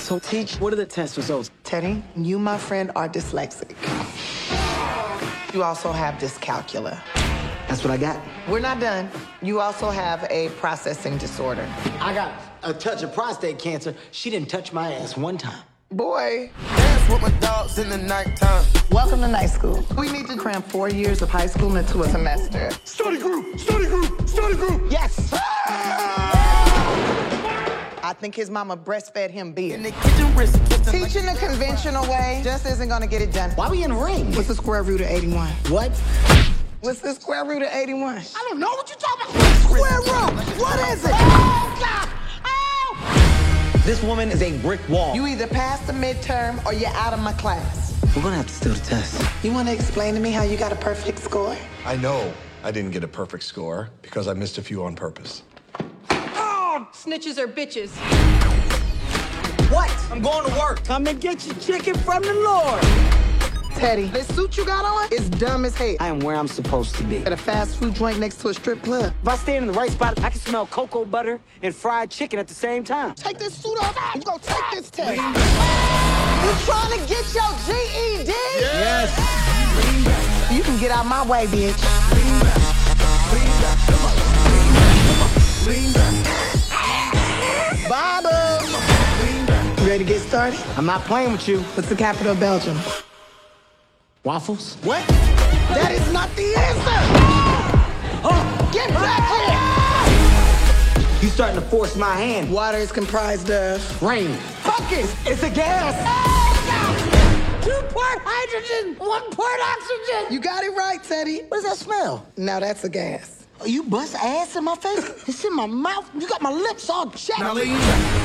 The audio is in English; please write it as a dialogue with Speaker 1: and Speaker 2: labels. Speaker 1: So, Teach, what are the test results?
Speaker 2: Teddy, you, my friend, are dyslexic. You also have dyscalculia.
Speaker 1: That's what I got.
Speaker 2: We're not done. You also have a processing disorder.
Speaker 3: I got a touch of prostate cancer. She didn't touch my ass one time.
Speaker 2: Boy,
Speaker 4: Dance with my dogs in the nighttime.
Speaker 2: welcome to night school. We need to cram four years of high school into a semester.
Speaker 4: Study group, study group, study group.
Speaker 2: Yes! I think his mama breastfed him
Speaker 4: In
Speaker 2: beer.
Speaker 4: the kitchen, wrist kissing. like-
Speaker 2: Teaching the conventional way just isn't gonna get it done.
Speaker 3: Why we in a ring?
Speaker 2: What's the square root of 81?
Speaker 3: What?
Speaker 2: What's the square root of 81?
Speaker 3: I don't know what you talking about. Oh!
Speaker 2: Square root! What is it?
Speaker 1: This woman is a brick wall.
Speaker 2: You either pass the midterm or you're out of my class.
Speaker 1: We're gonna have to steal the test.
Speaker 2: You wanna explain to me how you got a perfect score?
Speaker 5: I know I didn't get a perfect score because I missed a few on purpose.
Speaker 6: Snitches are bitches.
Speaker 1: What? I'm going to work. Come and get your chicken from the Lord.
Speaker 2: Teddy, this suit you got on is dumb as hell.
Speaker 1: I am where I'm supposed to be.
Speaker 2: At a fast food joint next to a strip club.
Speaker 1: If I stand in the right spot, I can smell cocoa butter and fried chicken at the same time.
Speaker 2: Take this suit off. You gonna take this test. You trying to get your GED?
Speaker 1: Yes.
Speaker 2: You can get out my way, bitch. Baba! You ready to get started?
Speaker 1: I'm not playing with you.
Speaker 2: What's the capital of Belgium?
Speaker 1: Waffles? What?
Speaker 2: That is not the answer! Get back
Speaker 1: You starting to force my hand.
Speaker 2: here! Water is comprised of
Speaker 1: Rain.
Speaker 2: focus!
Speaker 1: It's a gas.
Speaker 6: Two part hydrogen, one part oxygen.
Speaker 2: You got it right, Teddy.
Speaker 3: What does that smell?
Speaker 2: No, that's a gas.
Speaker 3: Oh, you bust ass in my face? It's in my mouth. You got my lips all checked.
Speaker 4: Lean back,